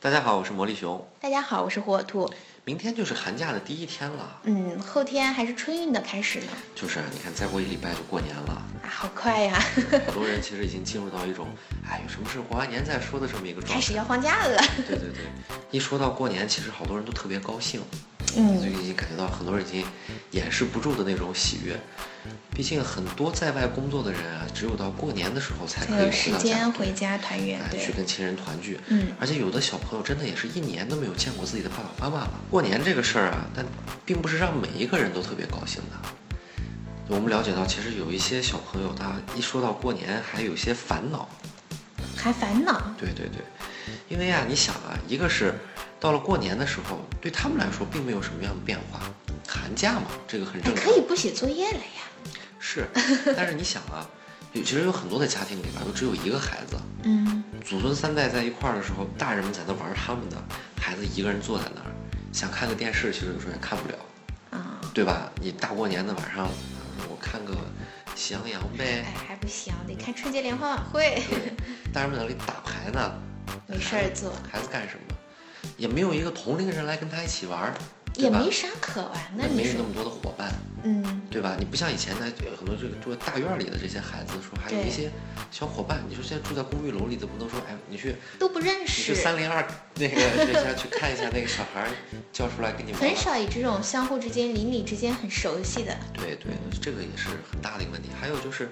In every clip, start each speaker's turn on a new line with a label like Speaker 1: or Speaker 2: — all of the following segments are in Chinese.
Speaker 1: 大家好，我是魔力熊。
Speaker 2: 大家好，我是火兔。
Speaker 1: 明天就是寒假的第一天了，
Speaker 2: 嗯，后天还是春运的开始呢，
Speaker 1: 就是啊，你看，再过一礼拜就过年了，
Speaker 2: 啊，好快呀，
Speaker 1: 很多人其实已经进入到一种，哎，有什么事过完年再说的这么一个状
Speaker 2: 开始
Speaker 1: 态。
Speaker 2: 要放假了。
Speaker 1: 对对对，一说到过年，其实好多人都特别高兴，就
Speaker 2: 嗯，
Speaker 1: 已经感觉到很多人已经掩饰不住的那种喜悦。毕竟很多在外工作的人啊，只有到过年的时候才可
Speaker 2: 才
Speaker 1: 以
Speaker 2: 有
Speaker 1: 回
Speaker 2: 时
Speaker 1: 到家
Speaker 2: 间，回家团圆，
Speaker 1: 哎，去
Speaker 2: 对，
Speaker 1: 跟亲人团聚。
Speaker 2: 嗯，
Speaker 1: 而且有的小朋友真的也是一年都没有见过自己的爸爸妈妈了。过年这个事儿啊，但并不是让每一个人都特别高兴的。啊我们了解到，其实有一些小朋友，他一说到过年，还有些烦恼。
Speaker 2: 还烦恼，
Speaker 1: 对对对，因为啊，你想啊，一个是到了过年的时候，对他们来说并没有什么样的变化，寒假嘛，这个很
Speaker 2: 还
Speaker 1: 正常
Speaker 2: 哎可。以不写作业了呀。有
Speaker 1: 是，但是你想啊，有其实有很多的家庭里边都只有一个孩子，
Speaker 2: 嗯，
Speaker 1: 祖孙三代在一块儿的时候，大人们在那玩他们的，孩子一个人坐在那儿，想看个电视，其实有时候也看不了，
Speaker 2: 啊，
Speaker 1: 对吧？你大过年的晚上，呃我看个《喜羊羊》
Speaker 2: 哎，
Speaker 1: 呗。
Speaker 2: 还不行，得看春节联欢晚 会，
Speaker 1: 对，大人们在那里打牌呢，
Speaker 2: 没事儿做，
Speaker 1: 孩子干什么？也没有一个同龄人来跟他一起玩儿，对
Speaker 2: 也
Speaker 1: 吧
Speaker 2: 没啥可玩
Speaker 1: 也
Speaker 2: 的，
Speaker 1: 没
Speaker 2: 你
Speaker 1: 有那
Speaker 2: 说
Speaker 1: 么，多的伙伴，
Speaker 2: 嗯，
Speaker 1: 对吧？你不像以前呢，有很多这个住在大院里的这些孩子说，还有
Speaker 2: 对
Speaker 1: 一些小伙伴。你说现在住在公寓楼里的，不能说，哎，你去
Speaker 2: 都不认
Speaker 1: 你去
Speaker 2: 识，
Speaker 1: 三零二那个学校去看一下那个小孩儿叫出来跟你玩
Speaker 2: 很
Speaker 1: 玩。
Speaker 2: 少有这种相互之间、邻里之间很熟悉的，
Speaker 1: 对对，这个也是很大的一个问题。还有就是，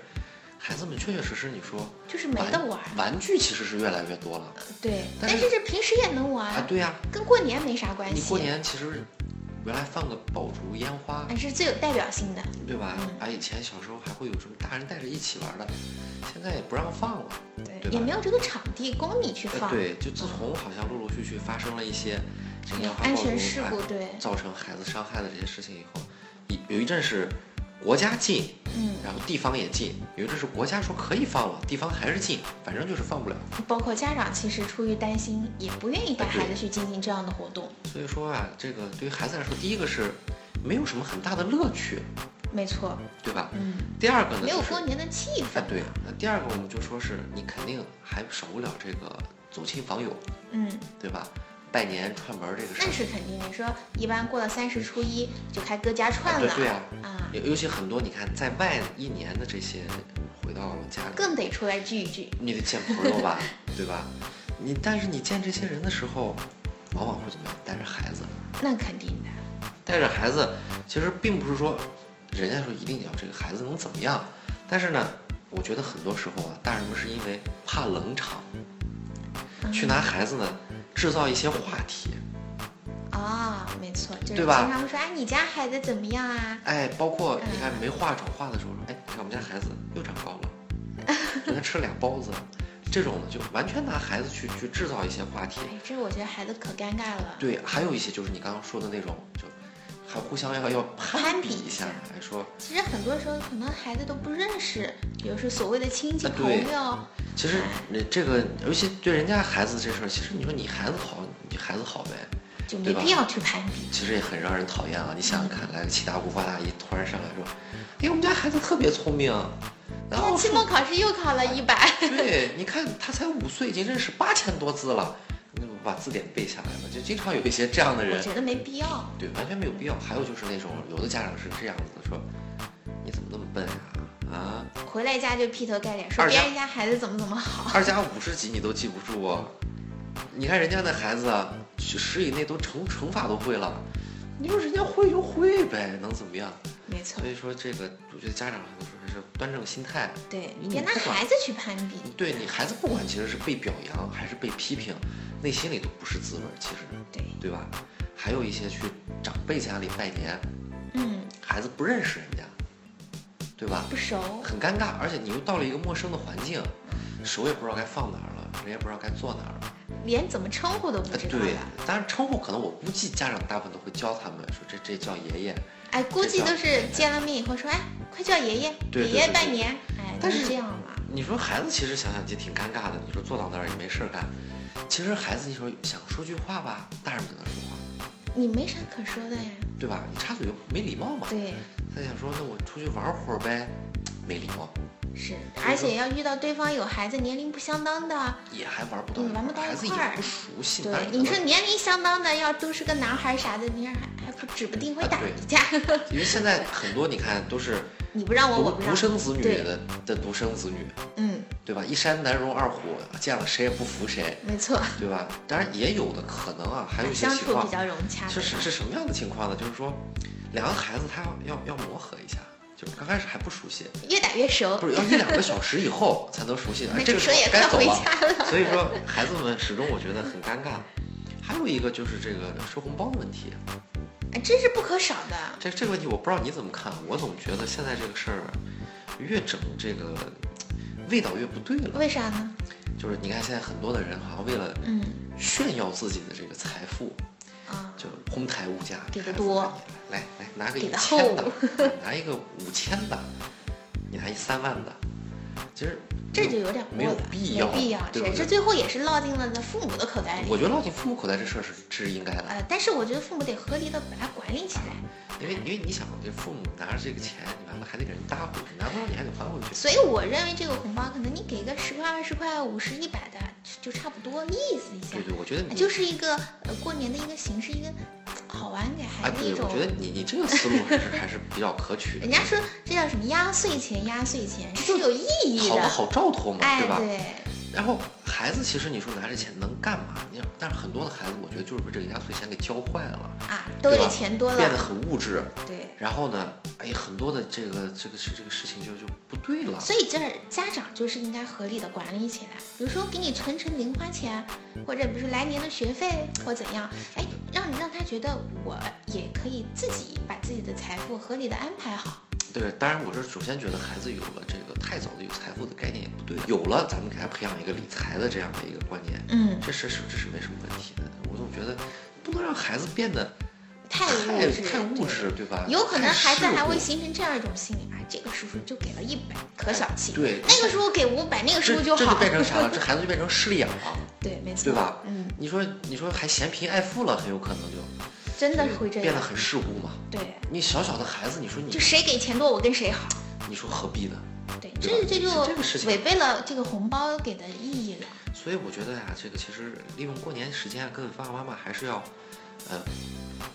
Speaker 1: 孩子们确确实实，你说
Speaker 2: 就是没得玩儿。
Speaker 1: 玩具其实是越来越多了
Speaker 2: 对，
Speaker 1: 但
Speaker 2: 哎但
Speaker 1: 是
Speaker 2: 是这平时也能
Speaker 1: 啊。
Speaker 2: 玩，
Speaker 1: 对呀、
Speaker 2: 跟过年没啥关系。啊
Speaker 1: 你过年其实原来放个爆竹、烟花，
Speaker 2: 还是最有代表性的。
Speaker 1: 对吧？
Speaker 2: 嗯
Speaker 1: 啊，以前小时候还会有什么大人带着一起玩的，现在也不让放了。对吧
Speaker 2: 也没有这个场地供你去
Speaker 1: 呃，
Speaker 2: 放，
Speaker 1: 对，就自从好像陆陆续续发生了一些这个烟花
Speaker 2: 安
Speaker 1: 爆竹
Speaker 2: 全事故，
Speaker 1: 哎
Speaker 2: 对，
Speaker 1: 造成孩子伤害的这些事情以后，一有一阵是国家禁，
Speaker 2: 嗯，
Speaker 1: 然后地方也禁，有一阵是国家说可以放了，地方还是禁，反正就是放不了。
Speaker 2: 包括家长其实出于担心，也不愿意带
Speaker 1: 哎对
Speaker 2: 孩子去进行这样的活动。
Speaker 1: 所以说啊，这个对于孩子来说，第一个是没有什么很大的乐趣，
Speaker 2: 没错，
Speaker 1: 对吧？
Speaker 2: 嗯，
Speaker 1: 第二个呢，
Speaker 2: 没有
Speaker 1: 就是
Speaker 2: 过年的气
Speaker 1: 哎
Speaker 2: 氛，
Speaker 1: 对，那第二个我们就说是你肯定还少不了这个走亲访友，
Speaker 2: 嗯，
Speaker 1: 对吧？拜年串门儿这个事
Speaker 2: 那
Speaker 1: 儿，
Speaker 2: 是肯定。你说一般过了三十初一就开各家
Speaker 1: 哎
Speaker 2: 串
Speaker 1: 对
Speaker 2: 了，
Speaker 1: 对啊，
Speaker 2: 啊，
Speaker 1: 尤尤其很多你看在外一年的这些回到了家里，
Speaker 2: 更得出来聚一聚。
Speaker 1: 你得见朋友吧，对吧？你但是你见这些人的时候，往往会怎么样？带着孩子，
Speaker 2: 那肯定的，
Speaker 1: 带着孩子，其实并不是说人家说一定要这个孩子能怎么样，但是呢，我觉得很多时候啊，大人们是因为怕冷场，
Speaker 2: 嗯
Speaker 1: 去拿孩子呢制造一些话题，
Speaker 2: 啊、没错，就是
Speaker 1: 对
Speaker 2: 经
Speaker 1: 吧
Speaker 2: 常会说，哎，你家孩子怎么样啊？
Speaker 1: 哎，包括你看没话找话的时候说，哎，你看我们家孩子又长高了， 昨天吃了俩包子，这种呢就完全拿孩子去去制造一些话题。
Speaker 2: 哎，这我觉得孩子可尴尬了。
Speaker 1: 对，还有一些就是你刚刚说的那种，就还互相要要攀
Speaker 2: 攀
Speaker 1: 比
Speaker 2: 比
Speaker 1: 一
Speaker 2: 一
Speaker 1: 下
Speaker 2: 下，
Speaker 1: 还说
Speaker 2: 其实很多时候可能孩子都不认识，比如说所谓的亲戚
Speaker 1: 啊
Speaker 2: 朋
Speaker 1: 对
Speaker 2: 友，
Speaker 1: 其实你这个，尤其对人家孩子这事儿，其实你说你孩子好，你孩子好呗，
Speaker 2: 就
Speaker 1: 对
Speaker 2: 没
Speaker 1: 吧
Speaker 2: 必要去 攀比。
Speaker 1: 其实也很让人讨厌啊。你想想看，来个七大姑八大姨突然上来说，哎，我们家孩子特别聪明，然
Speaker 2: 他
Speaker 1: 后
Speaker 2: 期
Speaker 1: 说
Speaker 2: 末考试又考了一
Speaker 1: 哎
Speaker 2: 百，
Speaker 1: 对，你看他才五岁，已经认识八千多字了，那么把字典背下来了，就经常有一些这样的
Speaker 2: 我
Speaker 1: 人，
Speaker 2: 觉得没必要。
Speaker 1: 对，完全没有必要。还有就是那种有的家长是这样子的，说你怎么那么笨啊啊，
Speaker 2: 回来家就劈头盖脸说
Speaker 1: 二
Speaker 2: 别
Speaker 1: 丫
Speaker 2: 人家孩子怎么怎么好，
Speaker 1: 二加五十几你都记不住啊、你看人家那孩子啊，十以内都乘乘法都会了，你说人家会就会呗，能怎么样？
Speaker 2: 没错
Speaker 1: 所，以说这个，我觉得家长很多时候还是端正心态，
Speaker 2: 对
Speaker 1: 你，
Speaker 2: 别拿
Speaker 1: 嗯不管
Speaker 2: 孩子去攀比。
Speaker 1: 对你孩子不管其实是被表扬还是被批评，内心里都不是滋味儿，其实
Speaker 2: 对，
Speaker 1: 对吧？还有一些去长辈家里拜年，
Speaker 2: 嗯，
Speaker 1: 孩子不认识人家，对吧？
Speaker 2: 不熟，
Speaker 1: 很尴尬，而且你又到了一个陌生的环境，手也不知道该放哪儿了，人也不知道该坐哪儿了。
Speaker 2: 连怎么称呼都不
Speaker 1: 呃
Speaker 2: 知道
Speaker 1: 对
Speaker 2: 了。，
Speaker 1: 当然称呼可能我估计家长大部分都会教他们说这这叫爷爷，
Speaker 2: 哎，估计
Speaker 1: 这叫
Speaker 2: 都是见了面以后说，哎，快叫爷爷，
Speaker 1: 对对
Speaker 2: 爷爷
Speaker 1: 对
Speaker 2: 拜
Speaker 1: 对
Speaker 2: 年，哎，
Speaker 1: 但
Speaker 2: 都
Speaker 1: 是
Speaker 2: 这样了。
Speaker 1: 你说孩子其实想想就挺尴尬的，你说坐到那儿也没事儿干，其实孩子你说想说句话吧，大人不能说话，
Speaker 2: 你没啥可说的呀。
Speaker 1: 对吧？你插嘴就没礼貌嘛。
Speaker 2: 对，
Speaker 1: 他想说那我出去玩会儿呗，没礼貌。
Speaker 2: 是，而且要遇到对方有孩子年龄不相当的，
Speaker 1: 也还玩不到
Speaker 2: 嗯
Speaker 1: 一块
Speaker 2: 玩不
Speaker 1: 儿，
Speaker 2: 到一
Speaker 1: 孩子也
Speaker 2: 块儿
Speaker 1: 不熟悉。但是，
Speaker 2: 对
Speaker 1: 可
Speaker 2: 你说
Speaker 1: 能
Speaker 2: 年龄相当的，要都是个男孩啥的，你还还不指不定会
Speaker 1: 啊
Speaker 2: 打
Speaker 1: 对
Speaker 2: 一架。
Speaker 1: 因为现在很多你看都是
Speaker 2: 你不哦让我，
Speaker 1: 独
Speaker 2: 我不让
Speaker 1: 独
Speaker 2: 你。
Speaker 1: 生子女
Speaker 2: 对
Speaker 1: 的的独生子女，
Speaker 2: 嗯，
Speaker 1: 对吧？一山难容二虎，见了谁也不服谁，
Speaker 2: 没错，
Speaker 1: 对吧？当然也有的可能啊，还有一些
Speaker 2: 相
Speaker 1: 情
Speaker 2: 处
Speaker 1: 况
Speaker 2: 比较融洽。
Speaker 1: 是是是什么样的情况呢？就是说，两个孩子他要要要磨合一下，就是刚开始还不熟悉，
Speaker 2: 越打越熟
Speaker 1: 不，是要一两个小时以后才能熟悉。哎，
Speaker 2: 那
Speaker 1: 这个时
Speaker 2: 你说
Speaker 1: 候
Speaker 2: 也
Speaker 1: 该
Speaker 2: 该
Speaker 1: 走
Speaker 2: 回
Speaker 1: 了。
Speaker 2: 家了。
Speaker 1: 所以说，孩子们始终我觉得很尴尬。还有一个就是这个收红包的问题，
Speaker 2: 哎，这是不可少的。
Speaker 1: 这这个问题我不知道你怎么看，我总觉得现在这个事儿越整这个味道越不对了。
Speaker 2: 为啥呢？
Speaker 1: 就是你看现在很多的人好像为了
Speaker 2: 嗯
Speaker 1: 炫耀自己的这个财富，
Speaker 2: 啊，
Speaker 1: 就哄抬物价，
Speaker 2: 给得多
Speaker 1: 孩子来来来拿个一
Speaker 2: 给得
Speaker 1: 千的，拿一个五千的，你拿一三万的，其实
Speaker 2: 这就有点
Speaker 1: 没
Speaker 2: 过
Speaker 1: 有
Speaker 2: 了，
Speaker 1: 必要
Speaker 2: 没必要。
Speaker 1: 对
Speaker 2: 这
Speaker 1: 不
Speaker 2: 这
Speaker 1: 对
Speaker 2: 最后也是落进了那父母的口袋里。
Speaker 1: 我觉得落进父母口袋这事儿是是应该的，
Speaker 2: 呃，但是我觉得父母得合理的把它管理起来。
Speaker 1: 因为因为你想，这父母拿着这个钱，你完了还得给人搭回去，拿不到你还得还回去。
Speaker 2: 所以我认为这个红包可能你给个十块、二十块、五十、一百的就就差不多，意思一下
Speaker 1: 对，对，我觉得你
Speaker 2: 哎就是一个呃过年的一个形式，一个好玩给
Speaker 1: 哎，
Speaker 2: 孩子
Speaker 1: 对，
Speaker 2: 一
Speaker 1: 我
Speaker 2: 种。哎
Speaker 1: 觉得你你这个思路还是还是比较可取的
Speaker 2: 人，家说这叫什么压岁钱，压岁钱是有意义
Speaker 1: 讨个
Speaker 2: 的，
Speaker 1: 好兆头嘛，
Speaker 2: 哎，
Speaker 1: 对吧？
Speaker 2: 对，
Speaker 1: 然后孩子其实你说拿着钱能干嘛？你想，但是很多的孩子，我觉得就是被这个压岁钱给教坏了，
Speaker 2: 啊，兜
Speaker 1: 对
Speaker 2: 里
Speaker 1: 吧
Speaker 2: 钱多
Speaker 1: 变得
Speaker 2: 了，
Speaker 1: 很物质。
Speaker 2: 对，
Speaker 1: 然后呢，哎，很多的这个这个事这个事情就就不对了。
Speaker 2: 所以这儿家长就是应该合理的管理起来，比如说给你存成零花钱，或者比如说来年的学费或怎样，哎，让你让他觉得我也可以自己把自己的财富合理的安排好。
Speaker 1: 对，当然我是首先觉得孩子有了这个太早的有财富的概念也不对，有了咱们给他培养一个理财的这样的一个观念，
Speaker 2: 嗯，
Speaker 1: 这是是这是没什么问题的。我总觉得不能让孩子变得
Speaker 2: 太
Speaker 1: 太
Speaker 2: 物质，
Speaker 1: 太物
Speaker 2: 对。
Speaker 1: 质，对吧？
Speaker 2: 有可能
Speaker 1: 太
Speaker 2: 孩子
Speaker 1: 世
Speaker 2: 还
Speaker 1: 故
Speaker 2: 会形成这样一种心理啊，这个叔叔就给了一百，可小气。
Speaker 1: 对
Speaker 2: 那个时候给五百，那个时
Speaker 1: 这
Speaker 2: 候就
Speaker 1: 这就
Speaker 2: 好。
Speaker 1: 变成啥 了？这孩子就变成势利眼了。
Speaker 2: 对，没错，
Speaker 1: 对吧？
Speaker 2: 嗯，
Speaker 1: 你说，你说还嫌贫爱富了，很有可能就
Speaker 2: 真的会这
Speaker 1: 变得
Speaker 2: 样。
Speaker 1: 很世故嘛。
Speaker 2: 对，
Speaker 1: 你小小的孩子，你说你
Speaker 2: 就，谁给钱多，我跟谁好。
Speaker 1: 你说何必呢？
Speaker 2: 对，
Speaker 1: 对
Speaker 2: 这
Speaker 1: 吧
Speaker 2: 这
Speaker 1: 是这个事
Speaker 2: 就
Speaker 1: 情
Speaker 2: 违背了这个红包给的意义了。
Speaker 1: 所以我觉得呀、这个其实利用过年时间啊，各位爸爸妈妈还是要，呃，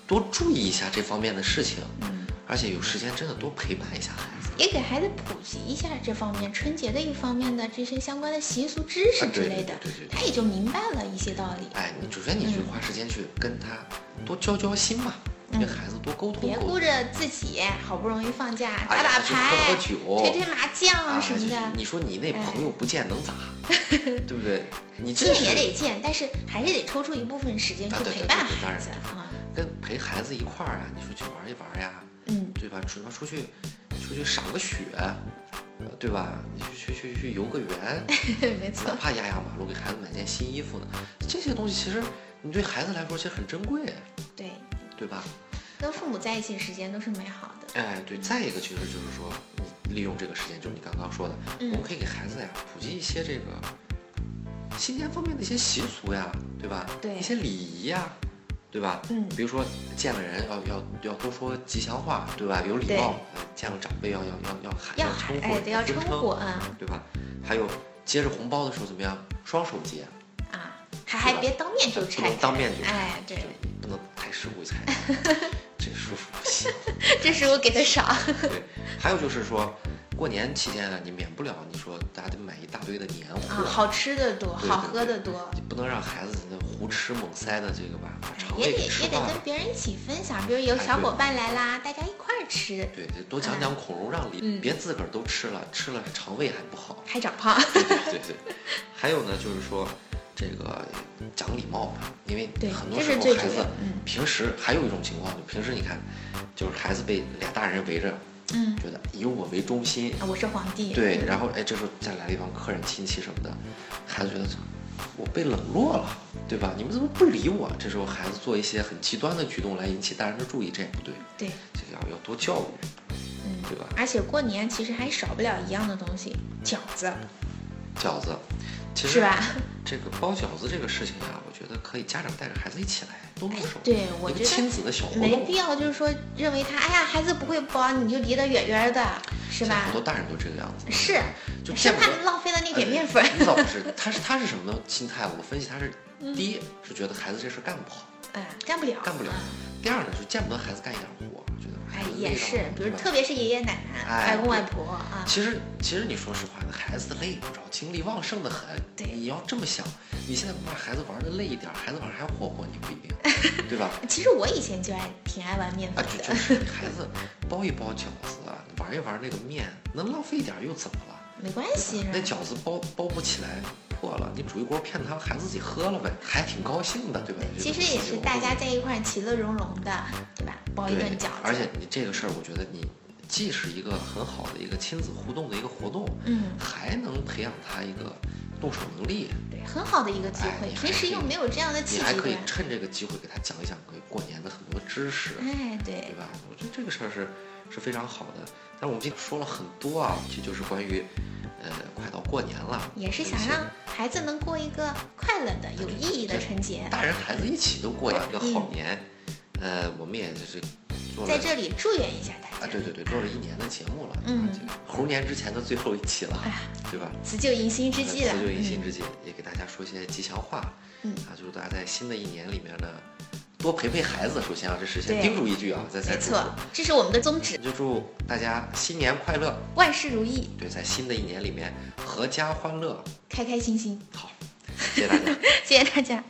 Speaker 1: 多注意一下这方面的事情，
Speaker 2: 嗯，
Speaker 1: 而且有时间真的多陪伴一下孩子。
Speaker 2: 也给孩子普及一下这方面春节的一方面的这些相关的习俗知识
Speaker 1: 啊
Speaker 2: 之类的
Speaker 1: 对对对对，对
Speaker 2: 他也就明白了一些道理。
Speaker 1: 哎，你首先你去花时间去跟他多交交心嘛，
Speaker 2: 嗯
Speaker 1: 跟孩子多沟通
Speaker 2: 别
Speaker 1: 沟
Speaker 2: 顾
Speaker 1: 通，
Speaker 2: 着自己，好不容易放假，
Speaker 1: 哎
Speaker 2: 打打
Speaker 1: 呀去喝
Speaker 2: 牌
Speaker 1: 喝，
Speaker 2: 推
Speaker 1: 酒。
Speaker 2: 推麻将
Speaker 1: 啊，
Speaker 2: 什
Speaker 1: 就
Speaker 2: 么
Speaker 1: 是
Speaker 2: 的。
Speaker 1: 你说你那
Speaker 2: 哎
Speaker 1: 朋友不见能 咋？对不对？你这
Speaker 2: 见
Speaker 1: 是
Speaker 2: 也得见，但是还是得抽出一部分时间
Speaker 1: 啊
Speaker 2: 去
Speaker 1: 对对
Speaker 2: 陪伴
Speaker 1: 对对当
Speaker 2: 孩
Speaker 1: 然
Speaker 2: 子啊。
Speaker 1: 跟陪孩子一块儿啊，你出去玩一玩呀，
Speaker 2: 嗯，
Speaker 1: 对吧？主要出去出去赏个雪，呃对吧？你去去去去游个园，
Speaker 2: 嗯 没
Speaker 1: 哪
Speaker 2: 错，
Speaker 1: 怕压压马路，给孩子买件新衣服呢，这些东西其实你对孩子来说其实很珍贵，
Speaker 2: 对，
Speaker 1: 对吧？
Speaker 2: 跟父母在一起的时间都是美好的。
Speaker 1: 哎，对。再一个，其实就是说，你利用这个时间，就是你刚刚说的，我们
Speaker 2: 嗯，
Speaker 1: 可以给孩子呀普及一些这个新年方面的一些习俗呀，对吧？
Speaker 2: 对
Speaker 1: 一些礼仪呀，对吧？
Speaker 2: 嗯，
Speaker 1: 比如说见了人要要要多说吉祥话，对吧？有礼
Speaker 2: 对
Speaker 1: 貌。呃见了长辈要要要要喊
Speaker 2: 要
Speaker 1: 称呼，
Speaker 2: 哎对，要
Speaker 1: 尊
Speaker 2: 称呼啊
Speaker 1: 对吧？还有接着红包的时候怎么样？双手接，
Speaker 2: 啊，还还别当面就
Speaker 1: 不
Speaker 2: 拆
Speaker 1: 能，当面就拆，
Speaker 2: 哎，对，
Speaker 1: 不能太世故 拆，这舒服不行。
Speaker 2: 这是我给的少。
Speaker 1: 对，还有就是说，过年期间啊，你免不了你说大家得买一大堆的年
Speaker 2: 啊，
Speaker 1: 货，
Speaker 2: 好吃的多，
Speaker 1: 对
Speaker 2: 好
Speaker 1: 对
Speaker 2: 喝
Speaker 1: 对
Speaker 2: 的多，哎
Speaker 1: 你不能让孩子那胡吃猛塞的这个吧，把肠
Speaker 2: 嗯也
Speaker 1: 胃给
Speaker 2: 得
Speaker 1: 吃
Speaker 2: 也得
Speaker 1: 坏
Speaker 2: 跟
Speaker 1: 了。
Speaker 2: 别人一起分享，比如有
Speaker 1: 哎
Speaker 2: 小
Speaker 1: 对
Speaker 2: 伙伴来啦，大家一块儿吃，
Speaker 1: 对，得多讲讲孔融让梨，
Speaker 2: 嗯
Speaker 1: 别自个儿都吃了，吃了肠胃还不好。
Speaker 2: 还长胖。
Speaker 1: 对对对对，还有呢，就是说这个讲礼貌吧，因为
Speaker 2: 对
Speaker 1: 很，多
Speaker 2: 这
Speaker 1: 时
Speaker 2: 是
Speaker 1: 候
Speaker 2: 最
Speaker 1: 孩
Speaker 2: 主要
Speaker 1: 子
Speaker 2: 的。嗯
Speaker 1: 平时还有一种情况，就平时你看，就是孩子被俩大人围着，
Speaker 2: 嗯，
Speaker 1: 觉得以我为中心，
Speaker 2: 啊我是皇帝。
Speaker 1: 对，然后哎，这时候再来了一帮客人、亲戚什么的，孩子觉得我被冷落了，对吧？你们怎么不理我？这时候孩子做一些很极端的举动来引起大人的注意，这也不对，
Speaker 2: 对，
Speaker 1: 这个要要多教育，
Speaker 2: 嗯，
Speaker 1: 对吧？
Speaker 2: 而且过年其实还少不了一样的东西，饺子，
Speaker 1: 嗯饺子，其
Speaker 2: 是啊
Speaker 1: 实
Speaker 2: 吧？
Speaker 1: 这个包饺子这个事情啊，我觉得可以家长带着孩子一起来动动手，
Speaker 2: 哎对，
Speaker 1: 嗯
Speaker 2: 我
Speaker 1: 一个
Speaker 2: 觉得
Speaker 1: 亲子的小活
Speaker 2: 没
Speaker 1: 动
Speaker 2: 必。要，就是说认为他，哎呀，孩子不会包，你就离得远远的，是
Speaker 1: 现在
Speaker 2: 吧
Speaker 1: 很？多大人都这个样子，
Speaker 2: 是，
Speaker 1: 就见
Speaker 2: 生
Speaker 1: 不
Speaker 2: 怕
Speaker 1: 得哎
Speaker 2: 浪费了那点面粉。
Speaker 1: 你老是他是他是什么心态？我分析他是
Speaker 2: 嗯
Speaker 1: 第一是觉得孩子这事儿干不好，
Speaker 2: 哎，干不了，
Speaker 1: 干不了
Speaker 2: 啊
Speaker 1: 第二呢就见不得孩子干一点活，觉得
Speaker 2: 哎
Speaker 1: 孩子，
Speaker 2: 也
Speaker 1: 累着
Speaker 2: 是
Speaker 1: 了，
Speaker 2: 比如
Speaker 1: 对吧
Speaker 2: 特别是爷爷奶奶、
Speaker 1: 哎
Speaker 2: 外公外婆啊，
Speaker 1: 其实，其实你说实话，那孩子累不着，精力旺盛的很。
Speaker 2: 对
Speaker 1: 你要这么想，你现在不把孩子玩的累一点，孩子晚上还活泼，你不一定， 对吧？
Speaker 2: 其实我以前就爱挺爱玩面
Speaker 1: 啊
Speaker 2: 粉，
Speaker 1: 就
Speaker 2: 的，
Speaker 1: 就是孩子包一包饺子，啊玩一玩那个面，能浪费一点又怎么了？
Speaker 2: 没关系
Speaker 1: 那
Speaker 2: 是吧？
Speaker 1: 饺子包包不起来，破了，你煮一锅片汤，孩子自己喝了呗，还挺高兴的，对吧？
Speaker 2: 其实也是大家在一块儿其乐融融的，对吧？包一
Speaker 1: 对
Speaker 2: 顿饺子，
Speaker 1: 而且你这个事儿，我觉得你既是一个很好的一个亲子互动的一个活动，
Speaker 2: 嗯，
Speaker 1: 还能培养他一个动手能力。
Speaker 2: 对，很好的一个机
Speaker 1: 哎
Speaker 2: 会。
Speaker 1: 你还
Speaker 2: 平时又
Speaker 1: 可以
Speaker 2: 没有这样的
Speaker 1: 你
Speaker 2: 契
Speaker 1: 还
Speaker 2: 机
Speaker 1: 可以
Speaker 2: 对吧
Speaker 1: 趁这个机会给他讲一讲关于过年的很多知识，
Speaker 2: 哎，对
Speaker 1: 对，吧？我觉得这个事儿是是非常好的。但我们今天说了很多啊，这就是关于，呃，快到过年了，
Speaker 2: 也是
Speaker 1: 这
Speaker 2: 想
Speaker 1: 些
Speaker 2: 让孩子能过一个快乐的、有意义的春节。
Speaker 1: 大人孩子一起都过一个好年。呃，我们也就是做了
Speaker 2: 嗯在这里祝愿一下大家，
Speaker 1: 啊，对对对，做了一年的节目了，
Speaker 2: 嗯
Speaker 1: 这个猴年之前的最后一期了
Speaker 2: 哎，呀，
Speaker 1: 对吧？
Speaker 2: 辞旧迎新之际了，
Speaker 1: 辞旧迎新
Speaker 2: 嗯
Speaker 1: 之际，也给大家说些吉祥话。
Speaker 2: 嗯
Speaker 1: 啊，就是大家在新的一年里面呢，多陪陪孩子。首先啊，这是先
Speaker 2: 对
Speaker 1: 叮嘱一句啊，再再
Speaker 2: 嗯没
Speaker 1: 嘱
Speaker 2: 错，这是我们的宗旨，
Speaker 1: 就祝大家新年快乐！
Speaker 2: 万事如意，
Speaker 1: 对，在新的一年里面阖家欢乐。
Speaker 2: 开开心心。
Speaker 1: 好，谢谢大家。
Speaker 2: 谢谢大家。